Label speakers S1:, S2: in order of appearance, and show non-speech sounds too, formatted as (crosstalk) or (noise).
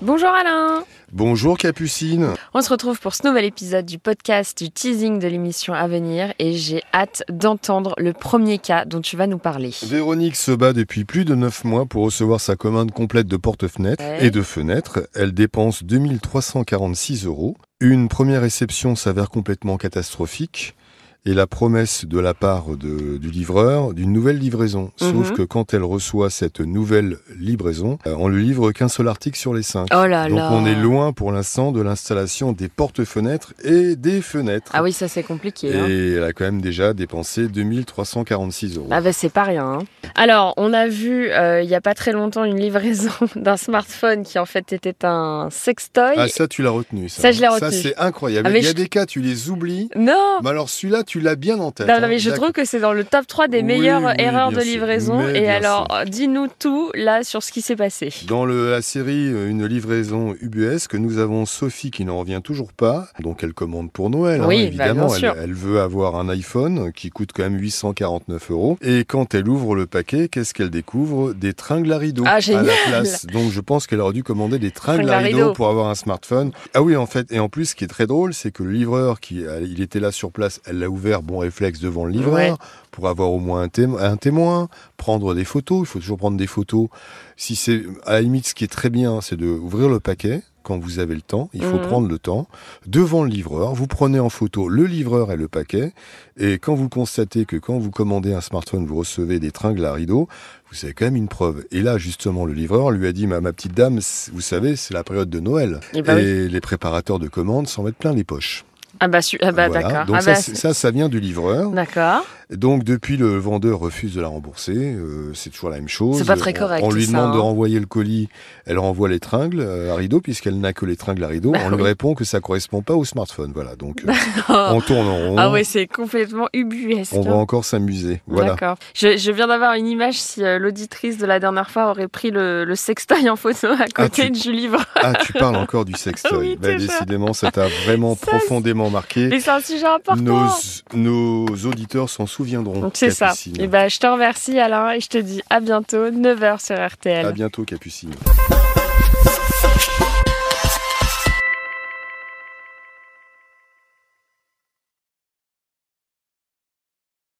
S1: Bonjour Alain
S2: Bonjour Capucine
S1: On se retrouve pour ce nouvel épisode du podcast du teasing de l'émission à venir et j'ai hâte d'entendre le premier cas dont tu vas nous parler.
S2: Véronique se bat depuis plus de 9 mois pour recevoir sa commande complète de porte-fenêtres
S1: Ouais.
S2: et de fenêtres. Elle dépense 2346 euros. Une première réception s'avère complètement catastrophique et la promesse de la part de- du livreur d'une nouvelle livraison. Sauf
S1: Mhm.
S2: que quand elle reçoit cette nouvelle livraison, euh, on lui livre qu'un seul article sur les cinq.
S1: Oh là
S2: Donc
S1: là
S2: on est loin pour l'instant de l'installation des porte-fenêtres et des fenêtres.
S1: Ah oui, ça c'est compliqué. hein.
S2: Et elle a quand même déjà dépensé 2346 euros.
S1: Ah bah c'est pas rien. hein. Alors, on a vu euh, il y a pas très longtemps une livraison (laughs) d'un smartphone qui en fait était un sextoy.
S2: Ah, ça, tu l'as retenu. Ça,
S1: Ça, je l'ai retenu.
S2: c'est incroyable.
S1: Ah, mais
S2: Il y a
S1: je-
S2: des cas, tu les oublies.
S1: non
S2: Mais alors, celui-là, tu l'as bien en tête.
S1: non,
S2: hein.
S1: non, mais je
S2: D'accord.
S1: trouve que c'est dans le top 3 des
S2: Oui,
S1: meilleures
S2: oui,
S1: erreurs de
S2: bien sûr.
S1: livraison.
S2: Mais
S1: Et
S2: bien
S1: alors, euh, dis-nous tout là sur ce qui s'est passé.
S2: Dans le- la série euh, Une livraison UBS, que nous avons Sophie qui n'en revient toujours pas. Donc, elle commande pour Noël, hein,
S1: Oui, bah,
S2: évidemment.
S1: bien sûr.
S2: elle, elle veut avoir un iPhone qui coûte quand même 849 euros. Et quand elle ouvre le paquet, qu'est-ce qu'elle découvre Des tringles à rideaux
S1: Ah,
S2: à
S1: génial.
S2: la place. Donc, je pense qu'elle aurait dû commander des tringles
S1: Tringles à
S2: à rideaux
S1: rideaux.
S2: pour avoir un smartphone. Ah oui, en fait, et en plus, ce qui est très drôle, c'est que le livreur, qui, euh, il était là sur place, elle l'a ouvert, bon réflexe devant le livreur,
S1: Ouais.
S2: pour avoir au moins un, témo- un témoin, prendre des photos, il faut toujours prendre des photos. Si c'est, à la limite, ce qui est très bien, c'est de ouvrir le paquet. Quand vous avez le temps, il faut
S1: Mhm.
S2: prendre le temps devant le livreur. Vous prenez en photo le livreur et le paquet. Et quand vous constatez que quand vous commandez un smartphone, vous recevez des tringles à rideaux, vous avez quand même une preuve. Et là, justement, le livreur lui a dit, ma, ma petite dame, c- vous savez, c'est la période de Noël.
S1: Eh ben oui.
S2: et les préparateurs de commandes s'en mettent plein les poches.
S1: Ah bah, su- ah bah
S2: Voilà.
S1: d'accord.
S2: Donc
S1: Ah
S2: ça,
S1: bah,
S2: c'est- ça, ça vient du livreur.
S1: D'accord.
S2: Donc depuis, le vendeur refuse de la rembourser. euh, c'est toujours la même chose.
S1: C'est pas très
S2: On-
S1: correct,
S2: On, lui
S1: ça,
S2: demande de
S1: hein.
S2: renvoyer le colis. Elle renvoie les tringles euh, à rideau puisqu'elle n'a que les tringles à rideau.
S1: Bah
S2: on lui
S1: oui.
S2: répond que ça correspond pas au smartphone. Voilà. Donc euh, on tourne en rond.
S1: Ah ouais, c'est complètement ubuesque.
S2: on va
S1: hein.
S2: encore s'amuser. Voilà.
S1: D'accord. Je, je viens d'avoir une image si euh, l'auditrice de la dernière fois aurait pris le, le sextoy en photo à côté
S2: Ah, tu-
S1: du
S2: (laughs)
S1: livre.
S2: Ah, tu parles encore du sextoy.
S1: (laughs) Oui,
S2: Bah,
S1: déjà.
S2: décidément, ça t'a vraiment
S1: Ça,
S2: profondément marqué.
S1: Mais c'est un sujet important.
S2: Nos, nos auditeurs s'en souviendront.
S1: Donc c'est ça.
S2: Capucine.
S1: Et ben je te remercie Alain et je te dis à bientôt 9h sur RTL.
S2: À bientôt, Capucine.